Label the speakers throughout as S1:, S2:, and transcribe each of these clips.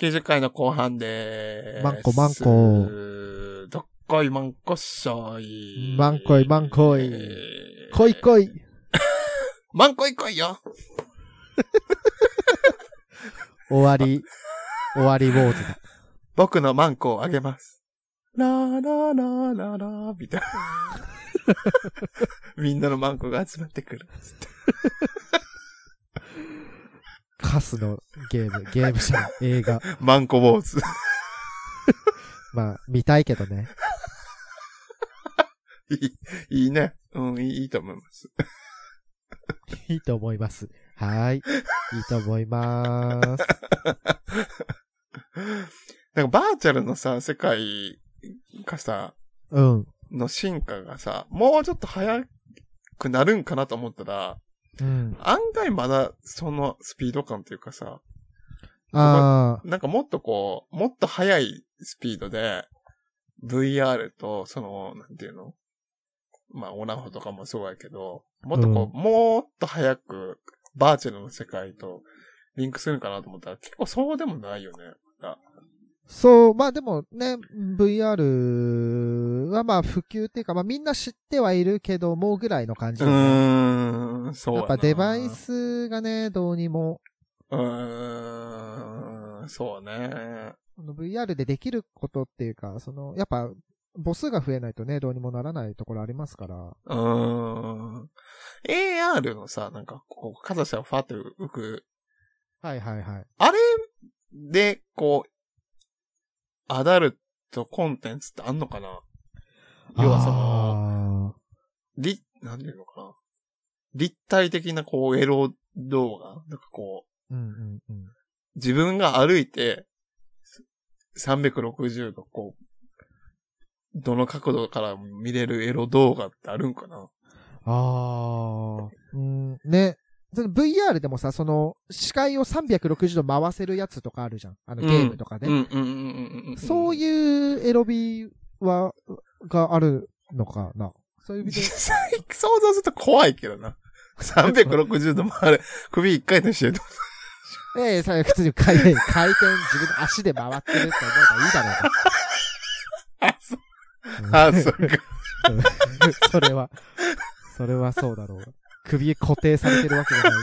S1: 90回の後半でーす。
S2: マンコマンコ。
S1: どっこいマンコっしょい。
S2: マンコイマンコ
S1: え
S2: イ
S1: ー
S2: 来い来い。
S1: マンコイ来いよ。
S2: 終 わり。終わり坊主だ。
S1: 僕のマンコをあげます。ラーラーラーラーラーみたいな。 みんなのマンコが集まってくる。
S2: カスのゲーム、ゲームじゃない映画。
S1: マンコ坊主。
S2: まあ、見たいけどね。
S1: いい、いいね。うん、いいいいと思います。
S2: いいと思います。はーい。いいと思いま ーす。
S1: なんかバーチャルのさ、世界がさ、
S2: うん。
S1: の進化がさ、もうちょっと早くなるんかなと思ったら、
S2: うん。
S1: 案外まだそのスピード感というかさ、
S2: あ
S1: なんかもっとこう、もっと速いスピードで、VR と、その、なんていうのまあ、オナホとかもそうやけど、もっとこう、もっと早く、バーチャルの世界とリンクするんかなと思ったら、結構そうでもないよね。
S2: ー、そう、まあでもね、VR はまあ普及っていうか、まあみんな知ってはいるけどもぐらいの感じ
S1: う
S2: だね、
S1: ーん、そう
S2: や
S1: や
S2: っ
S1: な
S2: ぱデバイ。スがね、どうにも、
S1: うーん、そうね。
S2: あの VR でできることっていうか、その、やっぱ、母数が増えないとね、どうにもならないところありますから。
S1: うーん。AR のさ、なんか、こう、肩下をファーって浮く
S2: はいはいはい。
S1: あれで、こう、アダルトコンテンツってあんのかな要はその、
S2: の、
S1: り、なんていうのかな立体的なこう、エロ動画なんかこう、
S2: うんうんうん。
S1: 自分が歩いて、360度こう、どの角度からも見れるエロ動画ってあるんかな
S2: ああ。うん、ね。その VR でもさ、その、視界を360度回せるやつとかあるじゃん。あの、ゲームとかね。
S1: うんうんうんうんうんん。
S2: そう
S1: う。
S2: いうエロビーは、があるのかな。そういう意 味で。
S1: 実際、 想像すると怖いけどな。360度回る。首一回転してると
S2: ええさ、普通に回転、回転、自分の足で回ってるって思えばいいだろ
S1: あ、そうう。
S2: と。
S1: あ、そうか。
S2: うん それは、それはそうだろう。首固定されてるわけじゃない。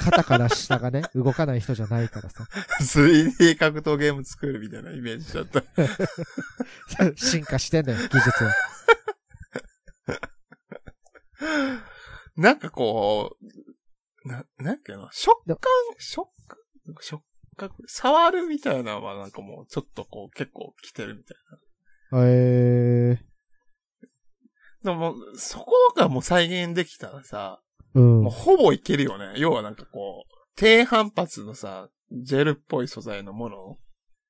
S2: 肩から下がね、動かない人じゃないからさ。
S1: 3D 格闘ゲーム作るみたいなイメージしちゃった。
S2: 進化してんだよ、技術は。
S1: なんかこう、な、なんやっけな、食感、食感、なんか触覚、触るみたいなのはなんかもうちょっとこう結構来てるみたい
S2: ええ
S1: な。でも、そこがもう再現できたらさ、
S2: うん
S1: もう。ほぼいけるよね。要はなんかこう、低反発のさ、ジェルっぽい素材のもの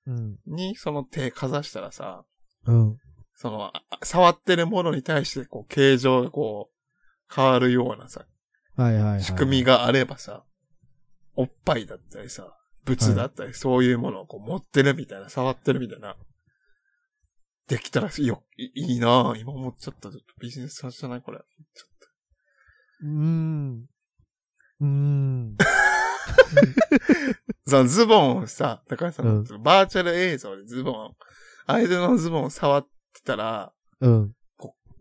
S2: うん。
S1: にその手かざしたらさ、
S2: うん。
S1: その、あ触ってるものに対してこう形状がこう、変わるようなさ、
S2: はいはい、はい。
S1: 仕組み
S2: が。
S1: があればさ、おっぱいだったりさ、仏だったり、そういうものをこう持ってるみたいな、触ってるみたいな、できたらよ、いいいなぁ。今もちょっとビジネス化じゃないこれ。ちょっ
S2: うーん。うーん。
S1: とさ、ズボンをさ、高橋さん、
S2: う
S1: バーチャル映像でズボン、相手のズボンを触ってたら、
S2: うん。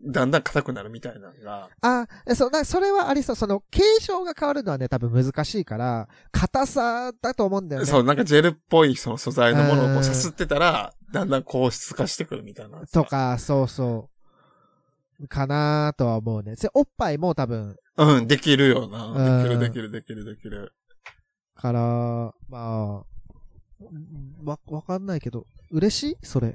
S1: だんだん硬くなるみたいなのが、
S2: あ、えそう、な、それはありそう。その、継承が変わるのはね、多分難しいから、硬さだと思うんだよね。
S1: そう、なんかジェルっぽいその素材のものをこ
S2: うん
S1: うさすってたら、だんだん硬質化してくるみたいな。
S2: と。か、そうそう。かなーとは思うね。せおっぱいも多分、
S1: うん、できるよな。できる、
S2: うん
S1: できる、できる、できる。
S2: から、まあ、うんわ、わかんないけど、嬉しいそれ。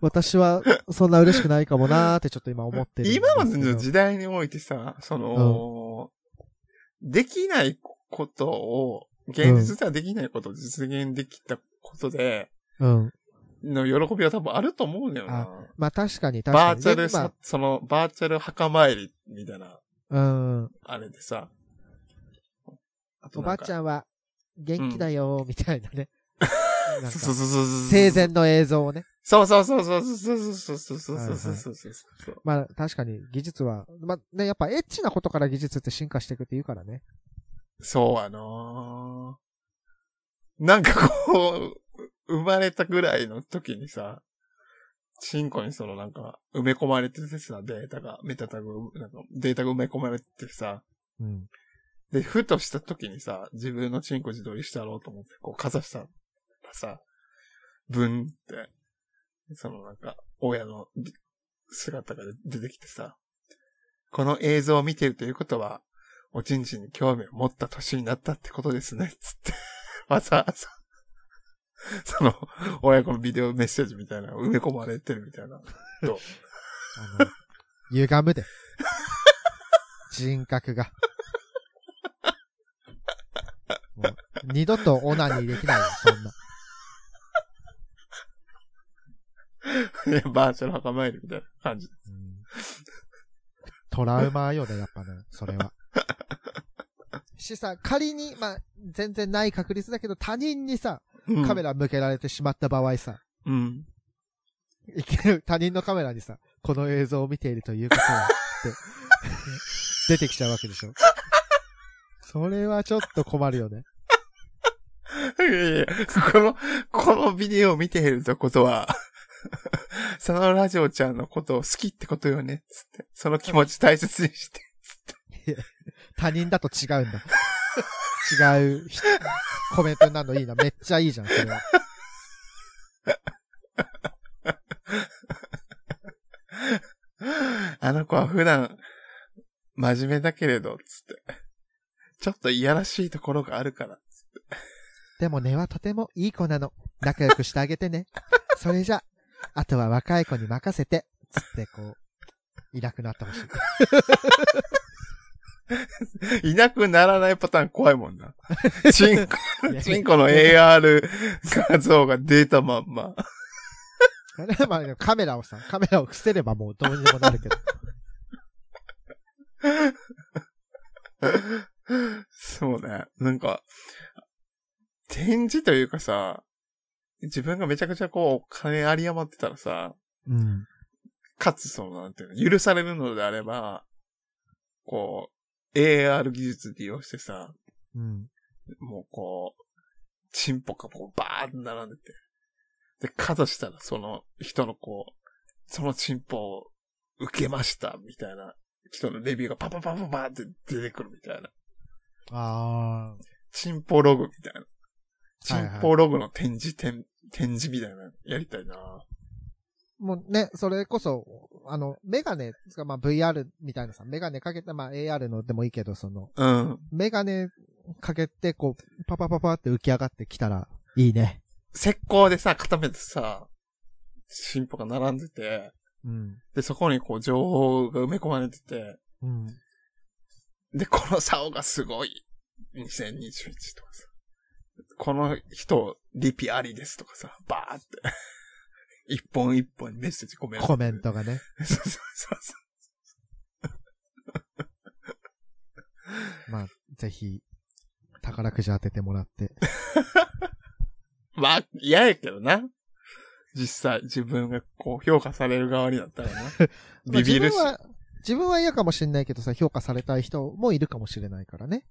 S2: 私は、そんな嬉しくないかもなーってちょっと今思ってるんですけど。
S1: 今までの時代においてさ、その、できないことを、現実ではできないことを実現できたことで、
S2: うん。
S1: の喜びは多分あると思うんだよな。
S2: まあ確かに確かに。
S1: バーチャル
S2: で
S1: さ、その、バーチャル墓参りみたいな、
S2: うん。
S1: あれでさ。あ
S2: おばあち
S1: ん
S2: ゃんは元気だよ、みたい なね。
S1: か。
S2: なんか
S1: そうそうそうそう。
S2: 生前の映像をね。
S1: そうそうそうそうそうそうそうそうそうそうそうそうそう。
S2: まあ確かに技術は、まあね、やっぱエッチなことから技術って進化していくって言うからね。
S1: そう、あのー、なんかこう、生まれたぐらいの時にさ、チンコにそのなんか、埋め込まれててさ、データが、メタタグ、なんか、データが埋め込まれててさ、
S2: うん。
S1: で、ふとした時にさ、自分のチンコ自撮りしてやろうと思って、こう、かざしたらさ、ブンって、そのなんか、親の姿が出てきてさ、この映像を見てるということは、おちんちんに興味を持った年になったってことですね、つって。 わざわざ、その、親子のビデオメッセージみたいなのが埋め込まれてるみたいな。
S2: あの、歪むで。人格が。もう二度とオナニーできないよ、そんな。
S1: いやバーチャル墓参りみたいな感じ。
S2: うんトラウマよね、やっぱね、それは。しさ、仮に、まあ、全然ない確率だけど、他人にさ、
S1: うん
S2: カメ。ラ向けられてしまった場合さ、
S1: うん。
S2: いける、他人のカメラにさ、この映像を見ているということは、 って、出てきちゃうわけでしょ。それはちょっと困るよね。
S1: いやいや、この、このビデオを見ているとことは、そのラジオちゃんのことを好きってことよね、つって。その気持ち大切にして。
S2: 他人だと違うんだ。違うひコメントになるのいいな。めっちゃいいじゃん、それは。
S1: あの子は普段、真面目だけれど、つって。ちょっといやらしいところがあるから。
S2: でも根はとてもいい子なの。仲良くしてあげてね。それじゃ、あとは若い子に任せて。つって、こう、いなくなってほしい。
S1: いなくならないパターン怖いもんな。チンコ
S2: いや、
S1: チンコの AR 画像が出たまんま。
S2: まあカメラをさ、カメラを伏せればもうどうにでもなるけど。
S1: そうね。なんか、展示というかさ、自分がめちゃくちゃこう、お金あり余ってたらさ、
S2: うん。
S1: かつその、なんていうの、許されるのであれば、こう、AR 技術利用してさ、
S2: うん。
S1: もうこう、チンポがこう、バーって並んでて。で、かざしたら、その人のこう、そのチンポを受けました、みたいな人のレビューがパパパパパって出てくるみたいな。
S2: あ
S1: チンポログみたいな。チ
S2: はいはい
S1: ンポログの展示展、展示みたいなのやりたいな
S2: ー。もうね、それこそ、あの、メガネ、つかまあ VR みたいなさ、メガネかけて、まあ AR のでもいいけど、その、
S1: うん。
S2: メガネかけて、こう、パパパパって浮き上がってきたら、いいね。
S1: 石膏でさ、固めてさ、チンポが並んでて、
S2: うん。
S1: で、そこにこう情報が埋め込まれてて、
S2: うん。
S1: で、この竿がすごい。2021とかさ。この人、リピありですとかさ、バーって。 一本一本メッセージ込められて
S2: コメントがね。
S1: そうそうそうそう。
S2: まあ、ぜひ、宝くじ当てても らって。
S1: まあ、嫌やけどな。実際、自分がこう評価される側になったら な。ビビるし
S2: ま。あ自分は、自分は嫌かもしれないけどさ、評価されたい人もいるかもしれないからね。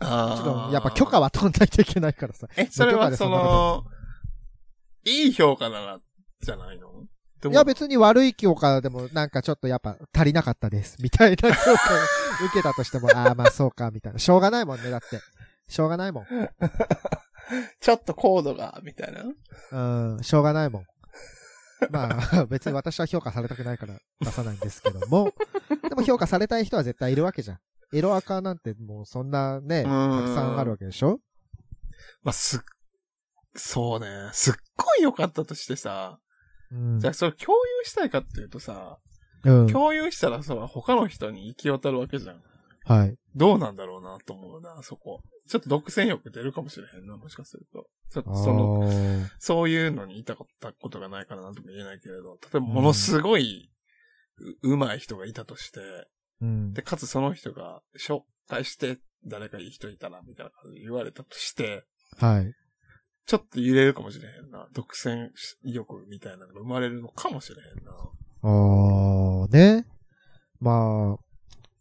S2: もちろん、やっぱ許可
S1: は。
S2: は取んないといけないからさ。
S1: え、それ
S2: 無許可
S1: は
S2: で
S1: そ
S2: そんなこ
S1: の、いい評価なら、じゃないのでも
S2: いや、別に悪い評価でも、なんかちょっとやっぱ足りなかったです。みたいな評価を受けたとしても、ああ、まあそうか、みたいな。しょうがないもんね、だって。しょうがないもん。
S1: ちょっと高度が、みたいな。
S2: うん、しょうがないもん。まあ、別に私は評価されたくないから出さないんですけど も、でも評価されたい人は絶対いるわけじゃん。エロアカなんてもうそんなね、た
S1: うん
S2: くさんあるわけでしょ
S1: まあ、すっ、そうね。すっごい良かったとしてさ、
S2: うん
S1: じゃ。あそれ共有したいかっていうとさ、
S2: うん。
S1: 共有したらさ、他の人に行き渡るわけじゃん。
S2: はい。
S1: どうなんだろうなと思うな、そこ。ちょっと独占欲出るかもしれへんな、もしかすると。ちょっとその、
S2: あー
S1: そういうのにいたかったことがないからなんとも言えないけれど、例えばものすごい、ううまい人がいたとして、
S2: うん。
S1: で、かつその人が紹介して、誰かいい人いたら、みたいな感じで言われたとして、
S2: はい。
S1: ちょっと揺れるかもしれへんな。独占意欲みたいなのが生まれるのかもしれへんな。
S2: あー、ね。まあ、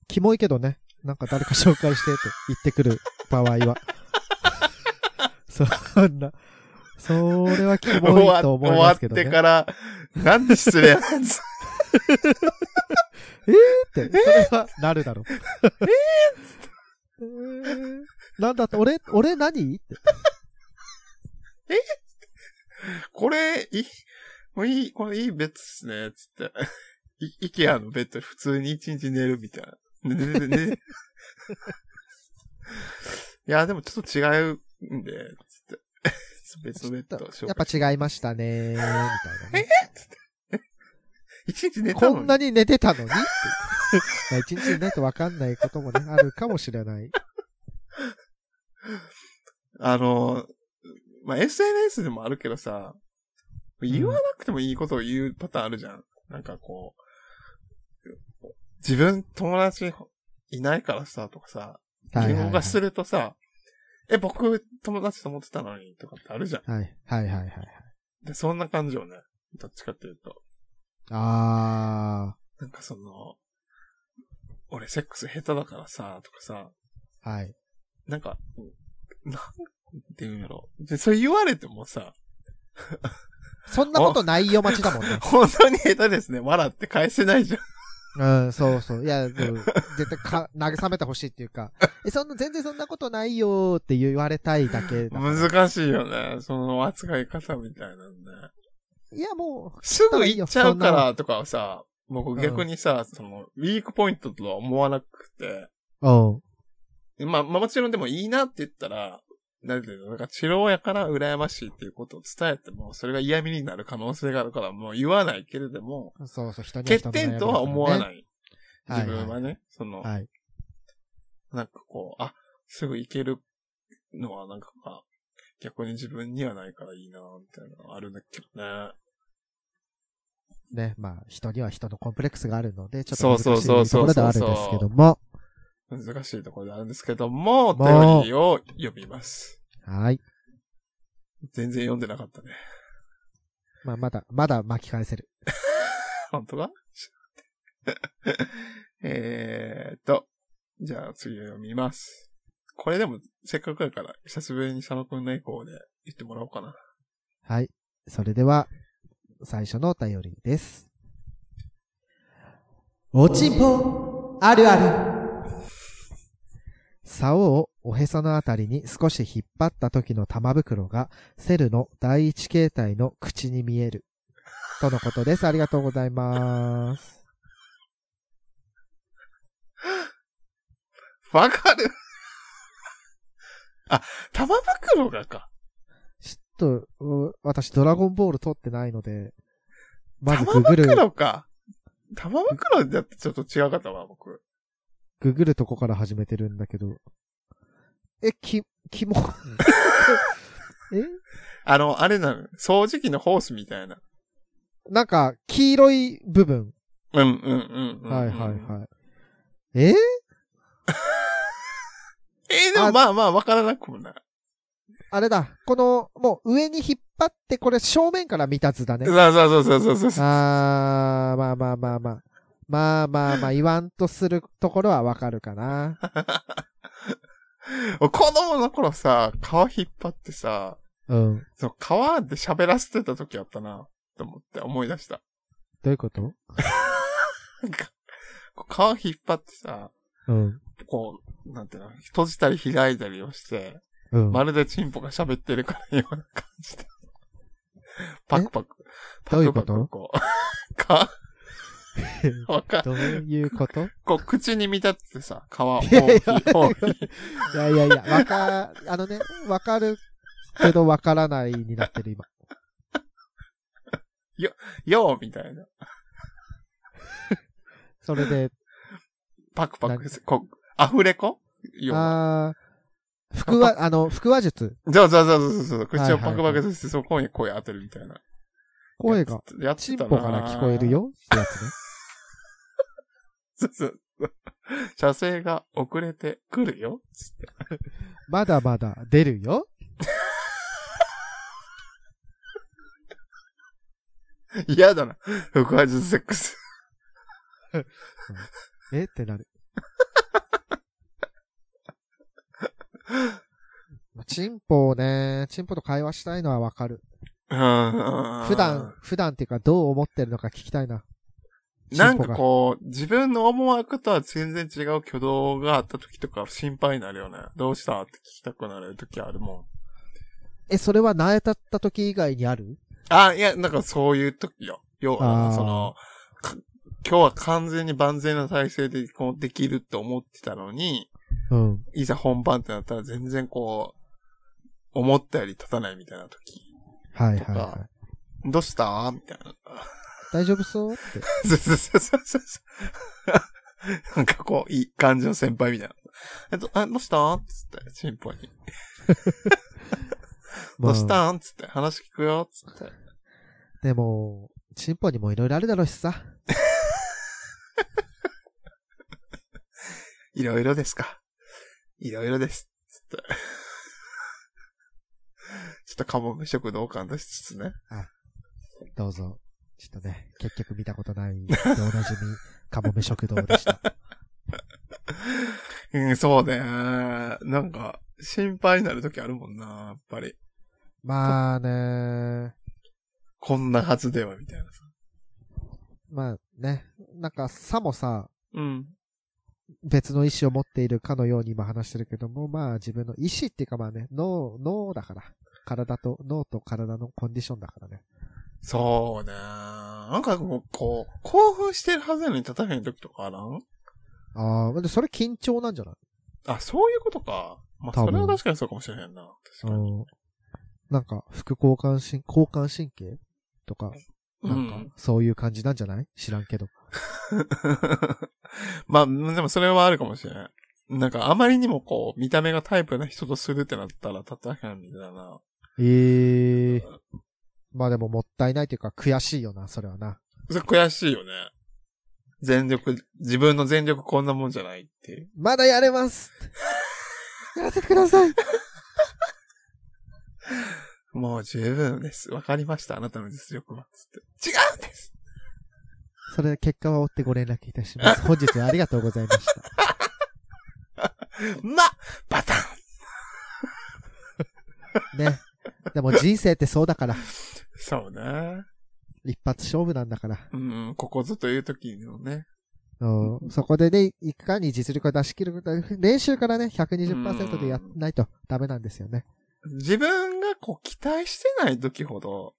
S2: キモいけどね。なんか誰か紹介してって言ってくる場合 は。そんな、それはキモ
S1: 終わ
S2: い
S1: っ
S2: と思い
S1: 終
S2: ま
S1: わっ
S2: すけど
S1: て
S2: ね。
S1: から、なんで失礼なんです
S2: って、それはなるだろう。えーなんだって、俺、俺何って。
S1: これ、いい、もういい、これいいベッドっすね、つって。 い、イケアのベッドで普通に一日寝るみたいな。寝て 寝ていや、でもちょっと違うんで、つって。 別のベッド紹
S2: やっ
S1: 介。
S2: ぱ違いましたねー、みたいなね。
S1: 一日寝たの
S2: こ
S1: に
S2: んなに寝てたのにって。まあ一日にないとわかんないこともね、あるかもしれない。
S1: あの、まあ、SNS でもあるけどさ、言わなくてもいいことを言うパターンあるじゃん。なんかこう、自分友達いないからさ、とかさ、
S2: はい
S1: 言
S2: はい
S1: 語
S2: は
S1: 化
S2: い。
S1: するとさ、え、僕、友達と思ってたのに、とかってあるじゃん。
S2: はいはいはいはい。
S1: で、そんな感じよね。どっちかっていうと。
S2: あ
S1: なんかその、俺セックス下手だからさ、とかさ、
S2: ー、はい。
S1: なんか、なんて言うんやろ。で、それ言われてもさ、
S2: そんなことないよ待ちだもんね。
S1: 本当に下手ですね。笑って返せないじゃん。
S2: うん、そうそう。いや、でも絶対か、慰めてほしいっていうか、え、そんな、全然そんなことないよーって言われたいだけだから
S1: 難しいよね。その扱い方みたいなんね。
S2: いや、も
S1: すぐ行っちゃうからとかはさ、僕逆にさ、その、ウィークポイントとは思わなくて、
S2: う、うん。
S1: まあ、まあもちろんでもいいなって言ったら、なんていうの、なんか治療やから羨ましいっていうことを伝えても、それが嫌味になる可能性があるから、もう言わないけれども、
S2: そうそう、人には
S1: 欠
S2: 人の
S1: 点とは思わない。
S2: はい
S1: 自分はね、その、
S2: はい。
S1: なんかこう、あ、すぐ行けるのはなんかまあ、逆に自分にはないからいいなみたいなのあるんだけどね。
S2: ね、まあ、人には人のコンプレックスがあるので、ちょっ
S1: そう
S2: と
S1: そう
S2: 難しい
S1: そう
S2: と
S1: そ
S2: こ
S1: う
S2: ろではあるんですけども。
S1: 難しいところであるんですけども、お
S2: も
S1: 便
S2: う
S1: りを読みます。
S2: はい。
S1: 全然読んでなかったね。
S2: まあ、まだ、まだ巻き返せる。
S1: 本当かえーっと、じゃあ次を読みます。これでもせっかくだから久しぶりに佐野くんのエコーで言ってもらおうかな。
S2: はい。それでは、最初のお便りです。おちんぽあるある竿をおへそのあたりに少し引っ張った時の玉袋がセルの第一形態の口に見える。とのことです。ありがとうございます。
S1: わかるあ、玉袋がか。
S2: ちょっと、う私ドラゴンボール撮ってないので、まず
S1: 玉
S2: ググる、
S1: 袋か。玉袋だってちょっと違うかったわ、僕。
S2: ググるとこから始めてるんだけど。え、き、きも、 え
S1: あの、あれなの。掃除機のホースみたいな。
S2: なんか、黄色い部分。
S1: うんうんうんうん、
S2: はいはいはい。え
S1: い。えーでも
S2: あ
S1: まあまあわからなくもない。
S2: あれだ。この、もう上に引っ張って、これ正面から見た図だね
S1: そう。そうそうそうそうそう。
S2: あー、まあまあまあまあ。まあまあまあ、言わんとするところはわかるか な。
S1: 子供の頃さ、皮引っ張ってさ、
S2: うん。ど
S1: その皮で喋らせてた時あったな、と思って思い出した。
S2: ういうこと
S1: なんか、こう皮引っ張ってさ、
S2: うん。
S1: こう、なんていうの、閉じたり開いたりをして、
S2: うん。
S1: まるでチンポが喋ってるかのような感じで。パクパク。
S2: ど
S1: パ
S2: うい
S1: ク
S2: うこ
S1: パ
S2: と
S1: クこう。 か、わかん
S2: どういうこと
S1: こう、口に見立ててさ、皮を
S2: いやいや
S1: 多い、多い。
S2: いやいやいや、わか、あのね、わかるけどわからないになってる今。
S1: よーみたいな。
S2: それで、
S1: パクパク。こう、アフレコよー
S2: あー、腹 話、あの、腹話術。
S1: そうそうそうそうそう。口
S2: はいは
S1: を
S2: いはい
S1: パクパクさせて、そこに声当てるみたいな。
S2: 声が、
S1: やって
S2: チ
S1: た
S2: ン
S1: な
S2: ポから聞こえる。よってやつね。
S1: そうそう。射精が遅れてくるよ。つって
S2: まだまだ出るよ。
S1: 嫌だな。腹話術セック ス。
S2: えっ てなる。まあチンポをね、チンポと会話したいのはわかる。
S1: 普
S2: 普段、普段っていうかどう思ってるのか聞きたいな。
S1: なん
S2: 進歩
S1: か
S2: が
S1: こう、自分の思惑とは全然違う挙動があった時とか心配になるよね。どうしたって聞きたくなる時あるもん。
S2: え、それは慣れたった時以外にある
S1: あ、いや、なんかそういう時よ。要
S2: あ
S1: は、
S2: ー
S1: その、か今日は完全に万全な体制でこうできるって思ってたのに、
S2: うん。
S1: いざ本番ってなったら全然こう、思ったより立たないみたいな時。
S2: はいはい
S1: と
S2: は
S1: かどうしたみたいな。
S2: い。大丈夫そうって。
S1: そうそうそうそうそうそう。なんかこう、いい感じの先輩みたいな。えっと、あ、どうしたんつって、チンポに。どうし
S2: まあ
S1: たんつって、話聞くよつって。
S2: でも、チンポにもいろいろあるだろうしさ。
S1: いろいろですか。いろいろです。つって。 ちょっとカモメ食堂感出しつつね。
S2: どうぞ。ちょっとね、結局見たことない、でおなじみ、カモメ食堂でした。
S1: うん、そうね。なんか、心配になる時あるもんな、やっぱり。
S2: まあね、
S1: こんなはずでは、みたいなさ。
S2: まあね、なんかさもさ、
S1: うん。
S2: 別の意思を持っているかのように今話してるけども、まあ自分の意思っていうかまあね、脳、脳だから。体と、脳と体のコンディションだからね。
S1: そうね。なんかもう、こう、興奮してるはずなのに立たへん時とかあらん
S2: ああ、でそれ緊張なんじゃない
S1: あ、そういうことか。まあ、
S2: 多分
S1: それは確かにそうかもしれへんな。確かに。
S2: うん。なんか、副交感神、交感神経とか、な
S1: うん
S2: んか、そういう感じなんじゃない知らんけど。
S1: まあ、でもそれはあるかもしれない。なんか、あまりにもこう、見た目がタイプな人とするってなったら立たへんみたいな。
S2: ええまあでももったいないというか、悔しいよな、それはな。
S1: それ悔しいよね。全力、自分の全力こんなもんじゃないっていう。
S2: まだやれます やらせてください
S1: もう十分です。わかりました。あなたの実力は。つって。違うんです
S2: それで結果は追ってご連絡いたします。本日はありがとうございました。
S1: ま、バタン
S2: ね。でも人生ってそうだから。
S1: そうね。
S2: 一発勝負なんだから。
S1: うん、ここぞという時のね。
S2: うんそこでね、いかに実力を出し切るか、練習からね、120%でやんないとダメなんですよね。
S1: 自分がこう期待してない時ほど、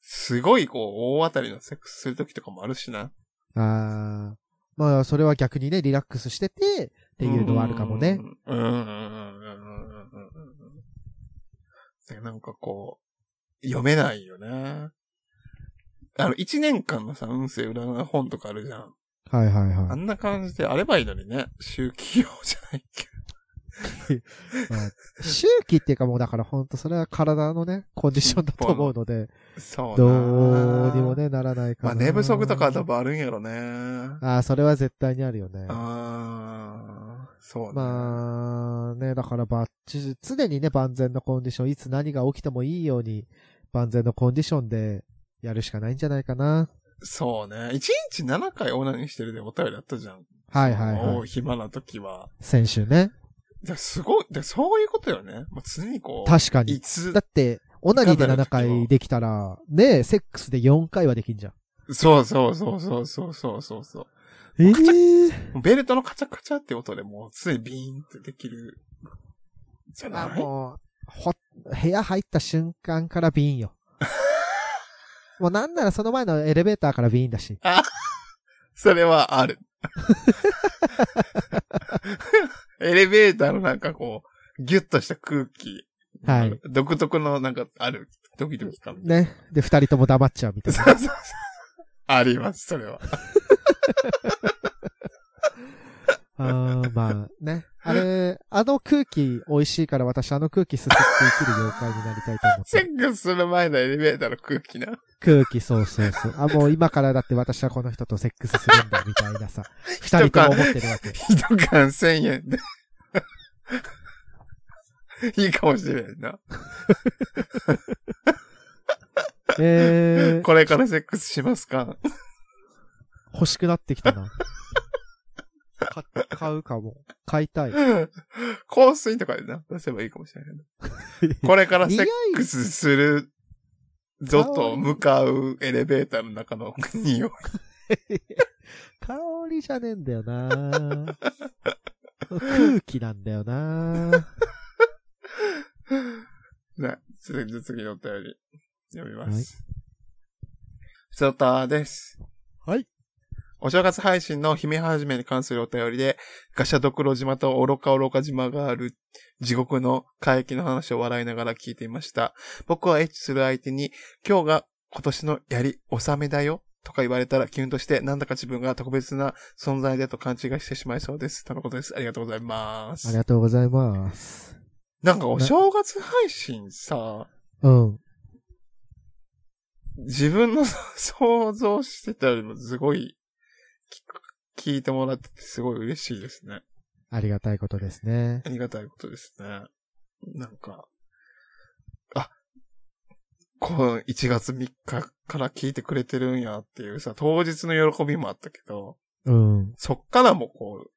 S1: すごいこう大当たりのセックスする時とかもあるしな。
S2: あー。まあ、それは逆にね、リラックスしてて、っていうのはあるかもね。
S1: うん。うん。うん。うん。うん。うん。で、なんかこう、読めないよね。あの、一年間のさ、運勢占い本とかあるじゃん。
S2: はいはいはい。
S1: あんな感じであればいいのにね。周期用じゃないけど。
S2: まあ周期っていうかもうだから本当それは体のね、コンディションだと思うので、
S1: そうな
S2: どうにも。ね、ならないか
S1: ま
S2: ら。
S1: あ、寝不足とかは多。分あるんやろね。
S2: ああ、それは絶対にあるよね。
S1: ああ、そうね。
S2: まあね、だからバッチ、常にね、万全のコンディション、いつ何が起きてもいいように、万全のコンディションでやるしかないんじゃないかな。
S1: そうね。1日7回オナニーしてるでお便りあったじゃん。
S2: はいはい
S1: も
S2: は
S1: う
S2: い。
S1: 暇な時は。
S2: 先週ね。
S1: だからすごい、だからそういうことよね。もう常にこう、
S2: 確か
S1: い
S2: に。
S1: つ
S2: だ、って、オナニーで
S1: いかなる
S2: 7
S1: 時は
S2: 回できたら、ね、セックスで4回はできんじゃん。
S1: そうそうそうそうそうそうそうそ
S2: えー、
S1: う。もうベルトのカチャカチャって音でもう常にビーンってできる。じゃ
S2: まあ
S1: ない
S2: もう、ほ、部屋入った瞬間からビ ーンよ。もうなんならその前のエレベーターからビーンだし。
S1: それは ある。エレベーターのなんかこう、ギュッとした空気。
S2: はい。
S1: 独特のなんかある、ドキドキ感。
S2: ね。で、二人とも黙っちゃうみた い
S1: そう
S2: な。
S1: そうそう。あります、それは。
S2: あーまあ ね。あれ、あの空気美味しいから私あの空気すすって生きる妖怪になりた いと思っ
S1: セ
S2: て。
S1: ックスする前のエレベーターの空気な。
S2: 空気、そうそうそう。あ、もう今からだって私はこの人とセックスするんだ、みたい なさ。二人とも思ってるわけ。
S1: 一缶千円 で。いいかもしれんな。
S2: えー、
S1: これからセックスしますか
S2: 欲しくなってきたな。か買うかも。買いたい。
S1: 香水とかでな、出せばいいかもしれないな。これからセックスするぞと向かうエレベーターの中の匂い。
S2: 香りじゃねえんだよな空気なんだよな
S1: ね、続いて次のお便り読みます。ふつおたです。
S2: はい。
S1: お正月配信の姫始めに関するお便りで、ガシャドクロ島と愚か愚か島がある地獄の海域の話を笑いながら聞いていました。僕はエッチする相手に、今日が今年のやり納めだよ。とか言われたらキュンとして、なんだか自分が特別な存在だと勘違いしてしまいそうです。とのことです。ありがとうございま
S2: あり
S1: す。
S2: がとうございます。
S1: なんかお正月配信さ、
S2: うん。
S1: 自分の 想像してたよりもすごい聞、聞いてもらっててすごい嬉しいですね。
S2: ありがたいことですね。
S1: ありがたいことですね。なんか、あ、この1月3日から聞いてくれてるんやっていうさ、当日の喜びもあったけど、
S2: うん。
S1: そっからもこう、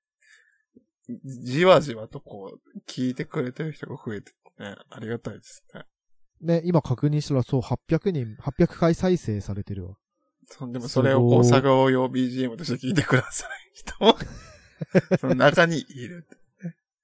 S1: じわじわとこう、聞いてくれてる人が増えてね、ありがたいですね。
S2: ね、今確認したらそう800人、800回再生されてるわ。
S1: そんでもそれをこう
S2: すごい
S1: 作業用 BGM として聞いてください。人も その中にいる。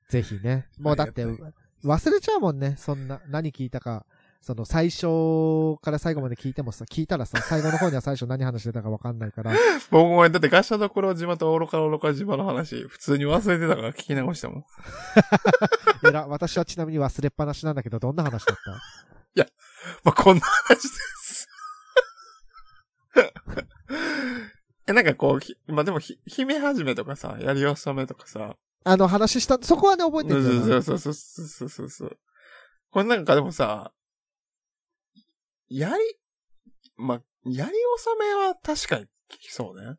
S2: ぜひね。もうだって
S1: ありが、
S2: 忘れちゃうもんね。そんな、何聞いたか。その最初から最後まで聞いてもさ、聞いたらさ、最後の方には最初何話してたかわかんないから。
S1: 僕もだってガシャドクロ島と愚か愚か島の話、普通に忘れてたから聞き直したもん。
S2: えら、私はちなみに忘れっぱなしなんだけど、どんな話だった
S1: まあ、こんな話です。 え、なんかこうひ、まあ、でもひ、姫始めとかさ、やり納めとかさ、
S2: あの話した、そこはね、覚えて
S1: そ
S2: る
S1: うん
S2: だよな。
S1: そうそうそうそうそうそうそう。これなんかでもさ、やり、まあ、やり納めは確かに聞きそうね。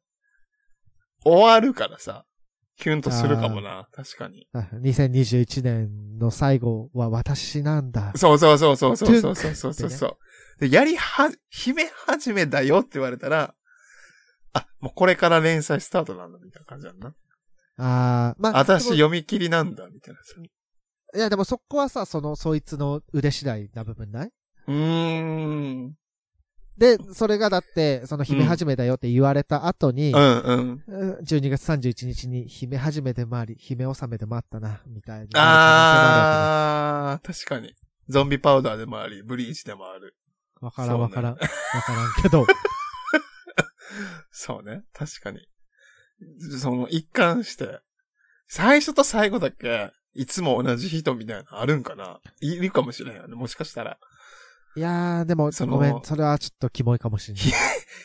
S1: 終わるからさ、キュンとするかもな、確か に。
S2: あ2021年の最後は私なんだ。
S1: そうそうそうそうそうそうそうそうそうでやりは、姫始めだよって言われたら、あ、もうこれから連載スタートなんだみたいな感じなんだな。
S2: あー、まあ、
S1: 私
S2: でも
S1: 読み切りなんだみたいなさ。
S2: いや、でもそこはさ、その、そいつの腕次第な部分ないう
S1: ーん。
S2: で、それがだって、その、姫始めだよって言われた後に、
S1: うんうん。
S2: うん12月31日に、姫始めでもあり、姫納めでもあったな、みたいな。
S1: あー、確かに。ゾンビパウダーでもあり、ブリーチでもある。
S2: わから
S1: そうんね
S2: わからん。わからん けど。
S1: そうね。確かに。その、一貫して、最初と最後だけ、いつも同じ人みたいなのあるんかないいるかもしれんよね。もしかしたら。
S2: いやー、でも、
S1: その
S2: ごめん。それはちょっとキモいかもしれない。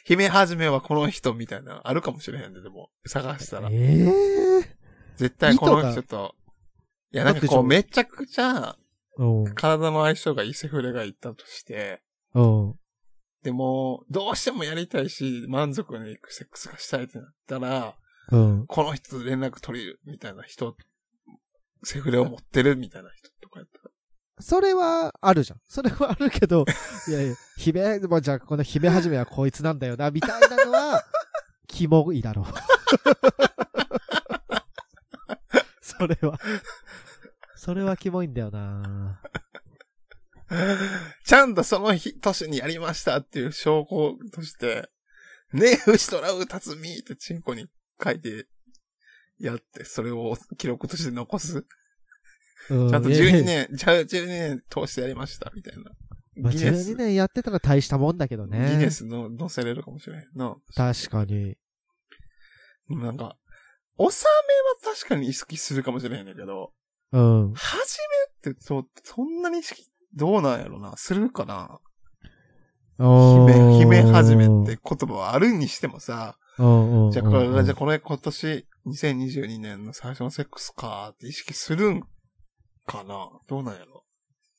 S1: 姫始めはこの人みたいな、あるかもしれへんで、でも、探したら。
S2: え
S1: 絶対この
S2: 意
S1: 人
S2: 図
S1: と、いや、なんか
S2: だってじ
S1: こ
S2: ゃ
S1: う、
S2: あ
S1: めちゃくちゃ、
S2: えー。
S1: 体の相性がいいセフレがいたとして、
S2: うん。うん。
S1: でも、どうしてもやりたいし、満足のいくセックスがしたいってなったら、
S2: うん。
S1: この人と連絡取れる、みたいな人、セフレを持ってる、みたいな人とかやったら。
S2: それはあるじゃん。それはある けど、いやいや、姫、もうじゃあこの姫始めはこいつなんだよな、みたいな のは、キモいだろう。それは、それはキモいんだよな。
S1: ちゃんとその日、年にやりましたっていう証拠として、ねえ、牛とラウタツミってチンコに書いて、やって、それを記録として残す。
S2: うん
S1: ちゃんと
S2: いやいや
S1: 12年、ちゃう12年通してやりました、みたい
S2: ま
S1: な。
S2: あ、
S1: ギネス、
S2: 12年やってたら大したもんだけどね。
S1: ギネスの載せれるかもしれへんな。
S2: 確かに。
S1: でもなんか、納めは確かに意識するかもしれへんねんけど、
S2: うん。
S1: 始めってそ、そんなに意識、どうなんやろなするかな姫、姫始めって言葉はあるにしてもさ、
S2: うんうんうんうん。
S1: じゃあこれ、じゃあこれ今年、 2022年の最初のセックスかーって意識するんかなどうなんやろ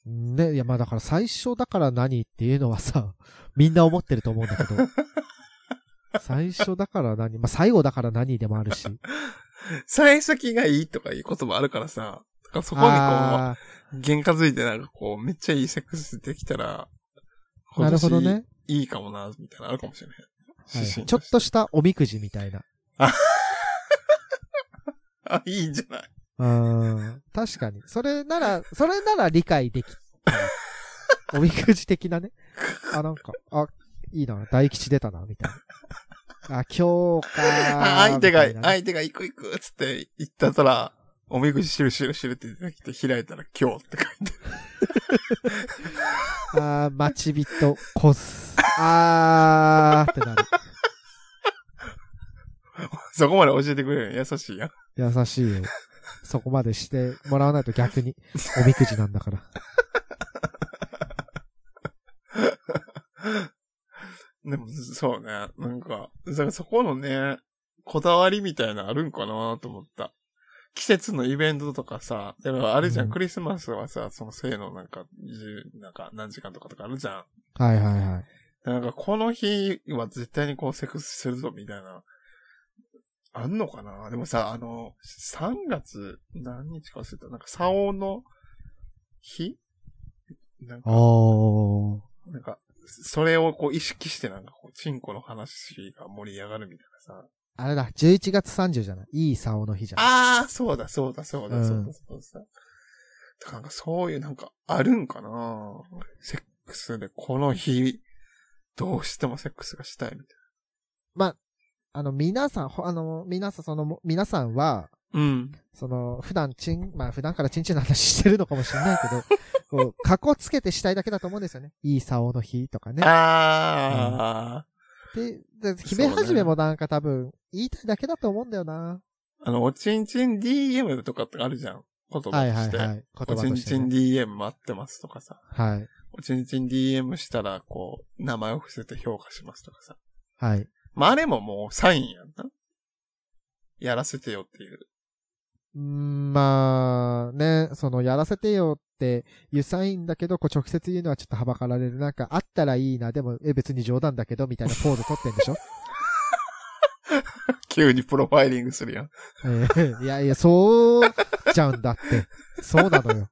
S2: ね、いや、まあだから最初だから何っていうのはさ、 みんな思ってると思うんだ けど。最初だから何まあ最後だから何でもあ るし。
S1: 最先がいいとかいう言葉あるからさ、だからそこにこう、
S2: あ
S1: 喧嘩づいてなんかこう、めっちゃいいセックスできたら、
S2: あー、なるほど
S1: 今
S2: ね。
S1: 年いいかもな、みたいなのあるかもしれない。
S2: はい
S1: 指針
S2: ちょっとしたおみくじみたいな。
S1: あ、いいんじゃない
S2: うん。確かに。それ なら、それなら理解できた。おみくじ的なね。あ、なんか、あ、いいな、大吉出たな、みたいな。あ、今日か
S1: あ相手が、
S2: みたいなね
S1: 相手が行く行くっつって言ったたら、おみくじしるしるしるって出てきて開いたら今日って 書いて
S2: あー、待ち人、コス。あーってなる。
S1: ある。そこまで教えてくれるの優しいやん。
S2: 優しいよ。そこまでしてもらわないと逆 に、おみくじなんだから。
S1: でも、そうね。なんか、だからそこのね、こだわりみたいなのあるんかなと思った。季節のイベントとかさ、でもあれじゃん、
S2: うん
S1: クリスマスはさ、その性のなんか、十なんか何時間とかとかあるじゃん。
S2: はいはいはい。
S1: なんかこの日は絶対にこうセックスするぞみたいな。あんのかなでもさ、あの、3月何日か忘れた。なんか、竿の日なんか、
S2: おー。
S1: なんか、それをこう意識してなんかこう、チンコの話が盛り上がるみたいなさ。
S2: あれだ、11月30じゃないいい竿の日じゃん。
S1: ああ、そうだ、そうだ、そう
S2: う
S1: だ、
S2: ん
S1: そうだ、そうだ。だからなんかそういうなんかあるんかなセックスでこの日、どうしてもセックスがしたいみたい
S2: まあ、あの、皆さん、ほあの、皆さん、その、皆さんは、
S1: な。うん。
S2: その、普段チン、まあ、普段からチンチンの話してるのかもしれないけど、 こう、過去つけてしたいだけだと思うんですよね。いい竿の日とかね。
S1: ああ、
S2: で、で、姫始めもなんか多分、言いたいだけだと思うんだよな。
S1: あの、おちんちん DM とかってあるじゃん。言葉として。
S2: はいはいはい。
S1: お
S2: 言葉
S1: ち
S2: と
S1: ん
S2: して
S1: ち
S2: ね、
S1: ん DM 待ってますとかさ。
S2: はい。
S1: おちんちん DM したら、こう、名前を伏せて評価しますとかさ。
S2: はい。
S1: まあ、あれももうサインやんな。やらせてよっていう。
S2: うーんまあ、ね、その、やらせてよっていうサインだけど、こう、直接言うのはちょっとはばかられる。なんか、あったらいいな、でも、え、別に冗談だけど、みたいなポーズ取ってんで しょ急
S1: にプロファイリングするやん。
S2: えーいやいや、そう、ちゃうんだって。そう なのよ。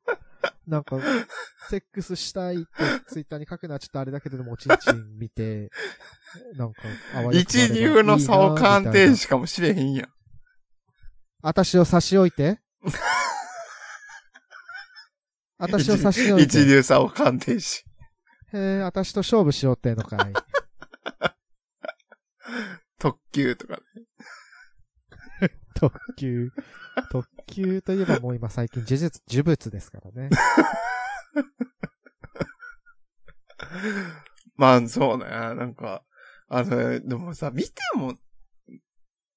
S2: なんか、セックスしたいってツイッターに書くのはちょっとあれだけど、でも、おちんちん見て、なんか、あわよくばれ
S1: 一
S2: ば
S1: 流の相鑑
S2: いいなみたい
S1: 定
S2: な
S1: 士かもしれへんやん。
S2: 私を差し置いて。 私を差し置い
S1: 一
S2: て。
S1: 流相鑑定士。
S2: へえ、私と勝負しようっての かい。
S1: 特急とかね。
S2: 特急。特急といえばもう今最近呪術、呪物ですからね。
S1: まあ、そうね。なんか、あの、でもさ、見ても、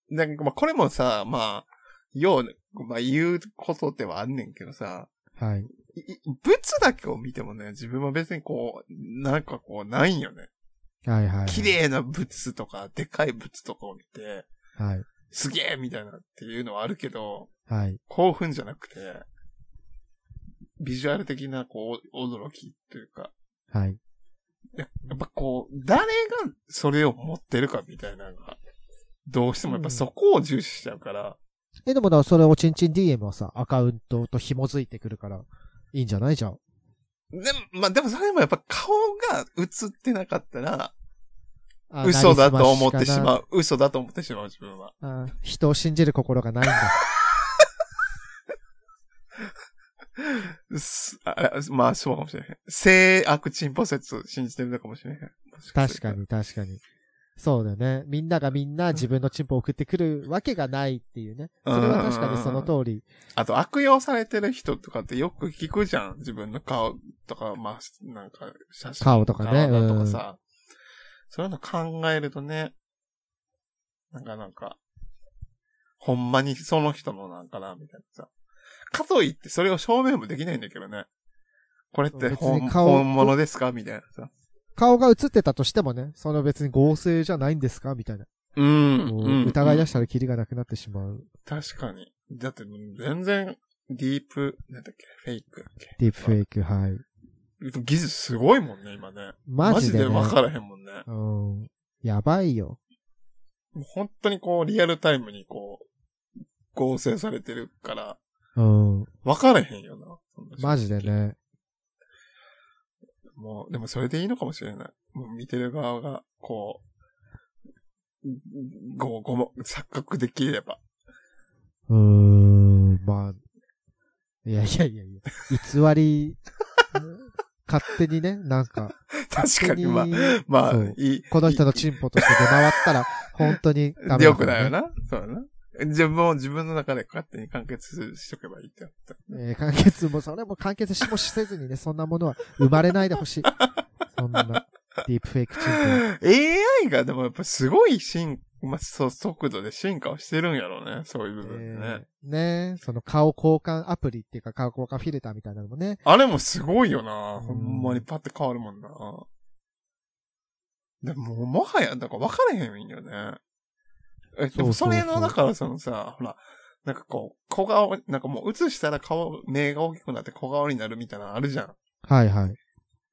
S1: なんか、まあ、これもさ、まあ、よう、まあ、言うことではあんねんけどさ、
S2: はい。
S1: いい物だけを見てもね、自分は別にこう、なんかこう、ないんよね。
S2: はいはい。
S1: 綺。麗な物とか、でかい物とかを見て、
S2: はい。
S1: すげえみたいなっていうのはあるけど、
S2: はい。
S1: 興奮じゃなくて、ビジュアル的な、こう、驚きというか、
S2: はい。
S1: ややっぱこう、誰がそれを持ってるかみたいなのが、どうしてもやっぱそこを重視しちゃうから、
S2: え、でもだ、それおちんちん DM はさ、アカウントと紐づいてくるから、いいんじゃないじゃん。
S1: でも、まあでもそれもやっぱ顔が映ってなかったら、
S2: あ
S1: 嘘だと思ってし
S2: う。
S1: まう。嘘だと思ってしまう自分は。
S2: あ人を信じる心がないんだ。
S1: うっすあまあそうかもしれへん。性悪チンポ説信じてるのかもしれへん。
S2: 確か。に、確かに。そうだよね。みんながみんな自分のチンポを送ってくるわけがないっていうね。それは確かにその通り。
S1: あと悪用されてる人とかってよく聞くじゃん。自分の顔とか、まあ、なんか写真
S2: 顔とかね
S1: 体とかさ。そういうの考えるとね、なんかなんか、ほんまにその人のなんかな、みたいなさ。かといってそれを証明もできないんだけどね。これって
S2: 別
S1: 本
S2: に顔
S1: 本物ですかみたいなさ。
S2: 顔が映ってたとしてもね、その別に合成じゃないんですかみたいな。
S1: うん。
S2: も
S1: う
S2: うん疑い出したらキリがなくなってしまう。
S1: 確かに。だって、全然、ディープ、なんだっけ、フェイクだっけ。
S2: ディープフェイク、はい。
S1: イ技術すごいもんね、今ね。
S2: マジで、ね。
S1: 分からへんもんね。
S2: うん。やばいよ。
S1: もう本当にこう、リアルタイムにこう、合成されてるから、
S2: うん。
S1: 分からへんよな。そんな
S2: マジで。ね。
S1: もう、でもそれでいいのかもしれない。もう見てる側が、こう、ご、ごも、錯覚できれば。
S2: うーん、まあ。いやいやいやいや。偽り、勝手にね、なんか。
S1: 確かに、まあ
S2: 勝、手に
S1: まあ
S2: そう、
S1: いい。
S2: この人の
S1: い
S2: チンポとして出回ったら、本当にダメだ、
S1: 良くないよ。な。そうだな。自分も自分の中で勝手に完結しとけばいいってなった。
S2: えー、完結も、それも完結しもしせずにね、そんなものは生まれないでほしい。そんな、ディープフェイクチンポは。
S1: AI がでもやっぱすごい進、まあ、そう、速度で進化をしてるんやろうね。そういう部分でね。
S2: えーねその顔交換アプリっていうか顔交換フィルターみたいなのもね、
S1: あれもすごいよな。
S2: うん
S1: ほんまにパッて変わるもんな。でも、もはや、だから分からへんよね。え、でも
S2: そ
S1: そう
S2: そうそう
S1: れの、だからそのさ、ほら、なんかこう、小顔、なんかもう映したら顔、目が大きくなって小顔になるみたいなのあるじゃ
S2: はいは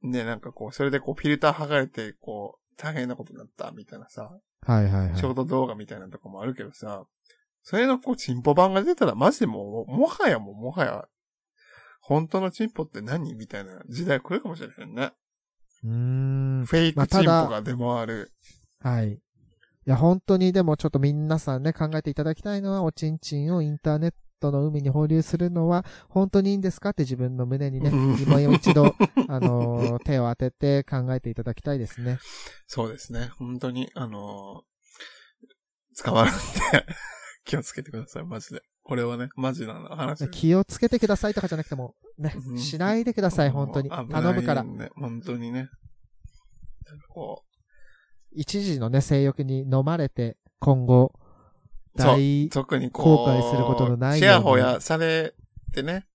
S2: い。
S1: ん。で、なんかこう、それでこう、フィルター剥がれて、こう、大変なことになったみたいなさ、
S2: はいはいはい。
S1: ショート動画みたいなとこもあるけどさ、それのこう、チンポ版が出たら、マジでもう、もはやもう、もはや、本当のチンポって何みたいな時代来るかもしれへんね。
S2: うーん。
S1: フェイクチンポが出回る。
S2: はい。いや、本当にでもちょっと皆さんね、考えていただきたいのは、おちんちんをインターネットの海に放流するのは、本当にいいんですかって自分の 胸にね、
S1: うん
S2: 疑問を一度、あのー手を当てて考えていただきたいですね。
S1: そうですね。本当に、あのー捕まるんで、 気をつけてください、マジで。これはね、マジな話。
S2: 気をつけてくださいとかじゃなくても、ね
S1: う、ん
S2: しないでください、本当に。
S1: もう
S2: 頼
S1: 危ない
S2: むから。
S1: んで本当にね。なんかこ
S2: 一時のね、性欲に飲まれて、今後、
S1: う、そう
S2: 大、
S1: 特にこう、
S2: 後悔することのない
S1: チ
S2: よう
S1: ヤ
S2: に
S1: ホヤされてね、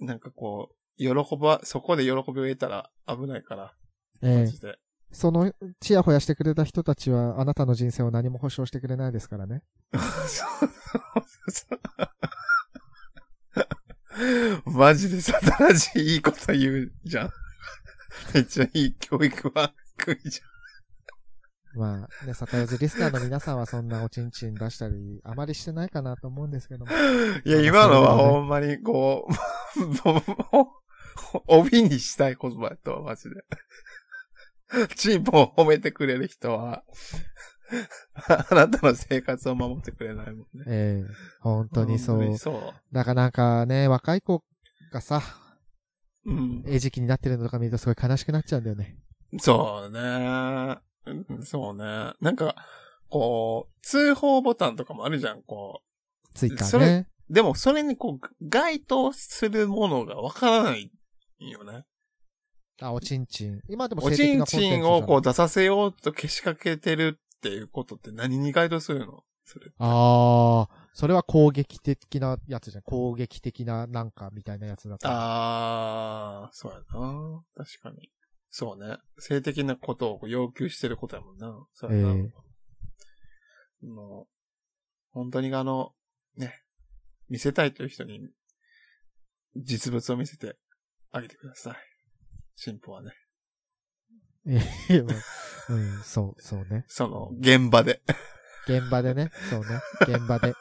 S1: なんかこう、喜ば、そこで喜びを得たら危ないから、
S2: え
S1: マ
S2: え
S1: ジで。
S2: その、ちやほやしてくれた人たちは、あなたの人生を何も保証してくれないですからね。
S1: そうそうそうマジでサタラジいいこと言うじゃん。 めっちゃいい教育番組じ
S2: まあ、ね、サタヨジリスナーの皆さんはそんなおちんちん出したり、あまりしてないかなと思うんですけども。
S1: ゃん。いや、今のはほんまにこ う、帯にしたい言葉やったわ、マジで。チンポを褒めてくれる人は、 あなたの生活を守ってくれないもんね。
S2: ええ本当にそ
S1: 本
S2: う。
S1: そ
S2: だからなんかね、若い子がさ、
S1: う。うん。
S2: 餌食になってるのとか見るとすごい悲しくなっちゃうんだよね。
S1: そうね。うんそうね。なんか、こう、通報ボタンとかもあるじゃん、こ
S2: ツイッター
S1: それ
S2: ね。
S1: う。でも、それにこう、該当するものがわからないよね。
S2: あ、おちんちん。今でも
S1: お
S2: 性
S1: ち
S2: 的
S1: ん
S2: なコンテンツ
S1: ちんをこう出させようとけしかけてるっていうことって何に該当するのそれ。
S2: ああ、それは攻撃的なやつじゃん。攻撃的ななんかみたいなやつだった。
S1: あー、そうやな。確かに。そうね。性的なことをこう要求してることやもんな。そう
S2: ええ
S1: やな。もう、本当にあの、ね、見せたいという人に、実物を見せてあげてください。進歩はね。
S2: いやまあ うん、そう、そうね。
S1: その、現場で。
S2: 現場でね。そうね。現場で。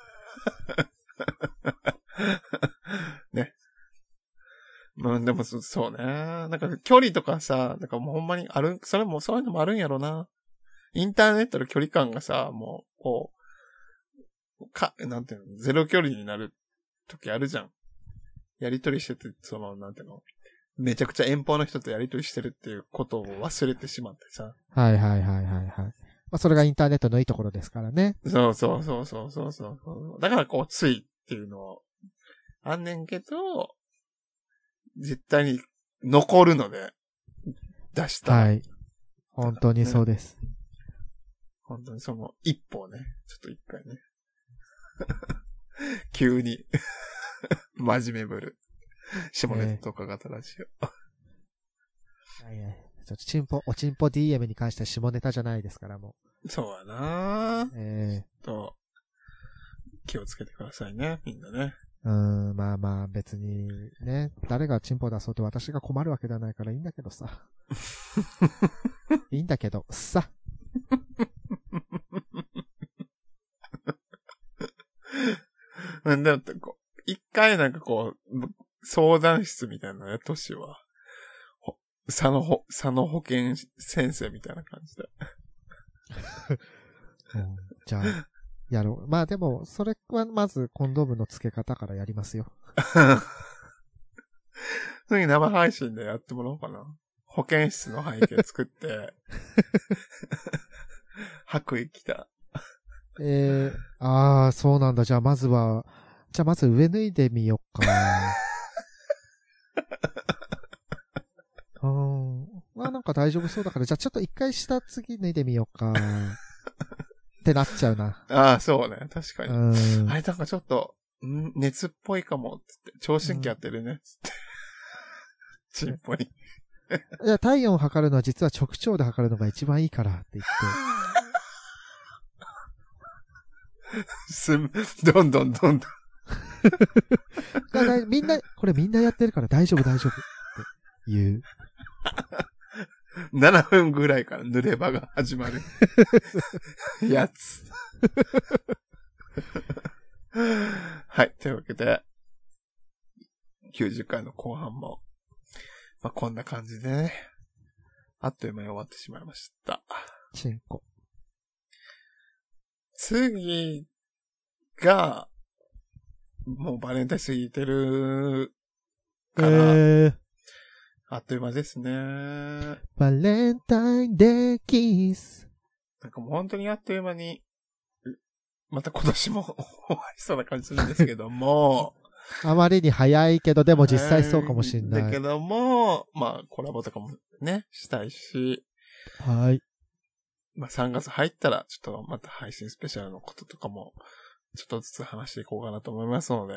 S1: ね。まあでもそ、そうね。なんか、距離とかさ、なんかもうほんまにある、それもそういうのもあるんやろな。インターネットの距離感がさ、もう、こう、か、なんていうの、ゼロ距離になる時あるじゃん。やりとりしてて、その、なんていうの、めちゃくちゃ遠方の人とやりとりしてるっていうことを忘れてしまってさ。
S2: はいはいはいはいはい。まあ、それがインターネットのいいところですからね。
S1: そうそうそうそうそうそうそう。だからこう、ついっていうのを、あんねんけど、絶対に残るので、出した。
S2: はい。本当にそうです。
S1: 本当にその一歩をね、ちょっと一回ね。 急に、 真面目ぶる。下ネタとかが正しいよ。
S2: はいはいちょっとチンポ、おちんぽ DM に関しては下ネタじゃないですからもう。
S1: そうやな
S2: え
S1: と、気をつけてくださいね、みんなね。
S2: えうん、まあまあ別にね、誰がチンポ出そうと私が困るわけではないからいいんだけど さ。いいんだけど、さ。
S1: うん、でも、こう一回なんかこう、相談室みたいなね、都市は、ほ佐野ほ、佐野保健先生みたいな感じで。
S2: うんじゃあ、やろう。まあでも、それはまずコンドームの付け方からやりますよ。
S1: 次生配信でやってもらおうかな。保健室の背景作って、 白衣着た。
S2: えー、ああ、そうなんだ。じゃあまずは、じゃあまず上脱いでみよっか。うん。まあなんか大丈夫そうだから、じゃあちょっと一回下次脱いでみよっか。ってなっちゃうな。
S1: ああ、そうね、確か
S2: う
S1: に。
S2: ん。
S1: あれなんかちょっと、ん熱っぽいかも、つって。聴診器やってるね、つって。 ちんぽに。
S2: いや、体温を測るのは実は直腸で測るのが一番いいからって言って。
S1: すん、どんどんどんどん。
S2: だだいみんな、これみんなやってるから大丈夫大丈夫って言う。
S1: 7分ぐらいから濡れ場が始まる。 やつ。はい。というわけで、90回の後半も、まあ、こんな感じでね、あっという間に終わってしまいました。
S2: チンコ。
S1: 次が、もうバレンタイン過ぎてる
S2: え
S1: から、
S2: ー、
S1: あっという間ですね。なん
S2: バレンタインデーキス。
S1: かもう本当にあっという間に、また今年も 終わりそうな感じするんですけども。
S2: あまりに早いけど、 でも実際そうかもしんな
S1: だけ
S2: い。
S1: ども、まあコラボとかもね、したいし、
S2: はい。
S1: まあ3月入ったらちょっとまた配信スペシャルのこととかも、ちょっとずつ話していこうかなと思いますので、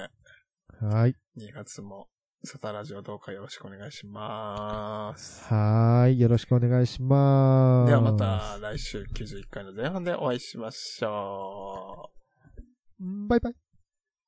S2: はい。
S1: 2月も、サタラジオどうかよろしくお願いします。
S2: はい。よろしくお願いします。
S1: ではま。た来週91回の前半でお会いしましょう。
S2: バイバイ。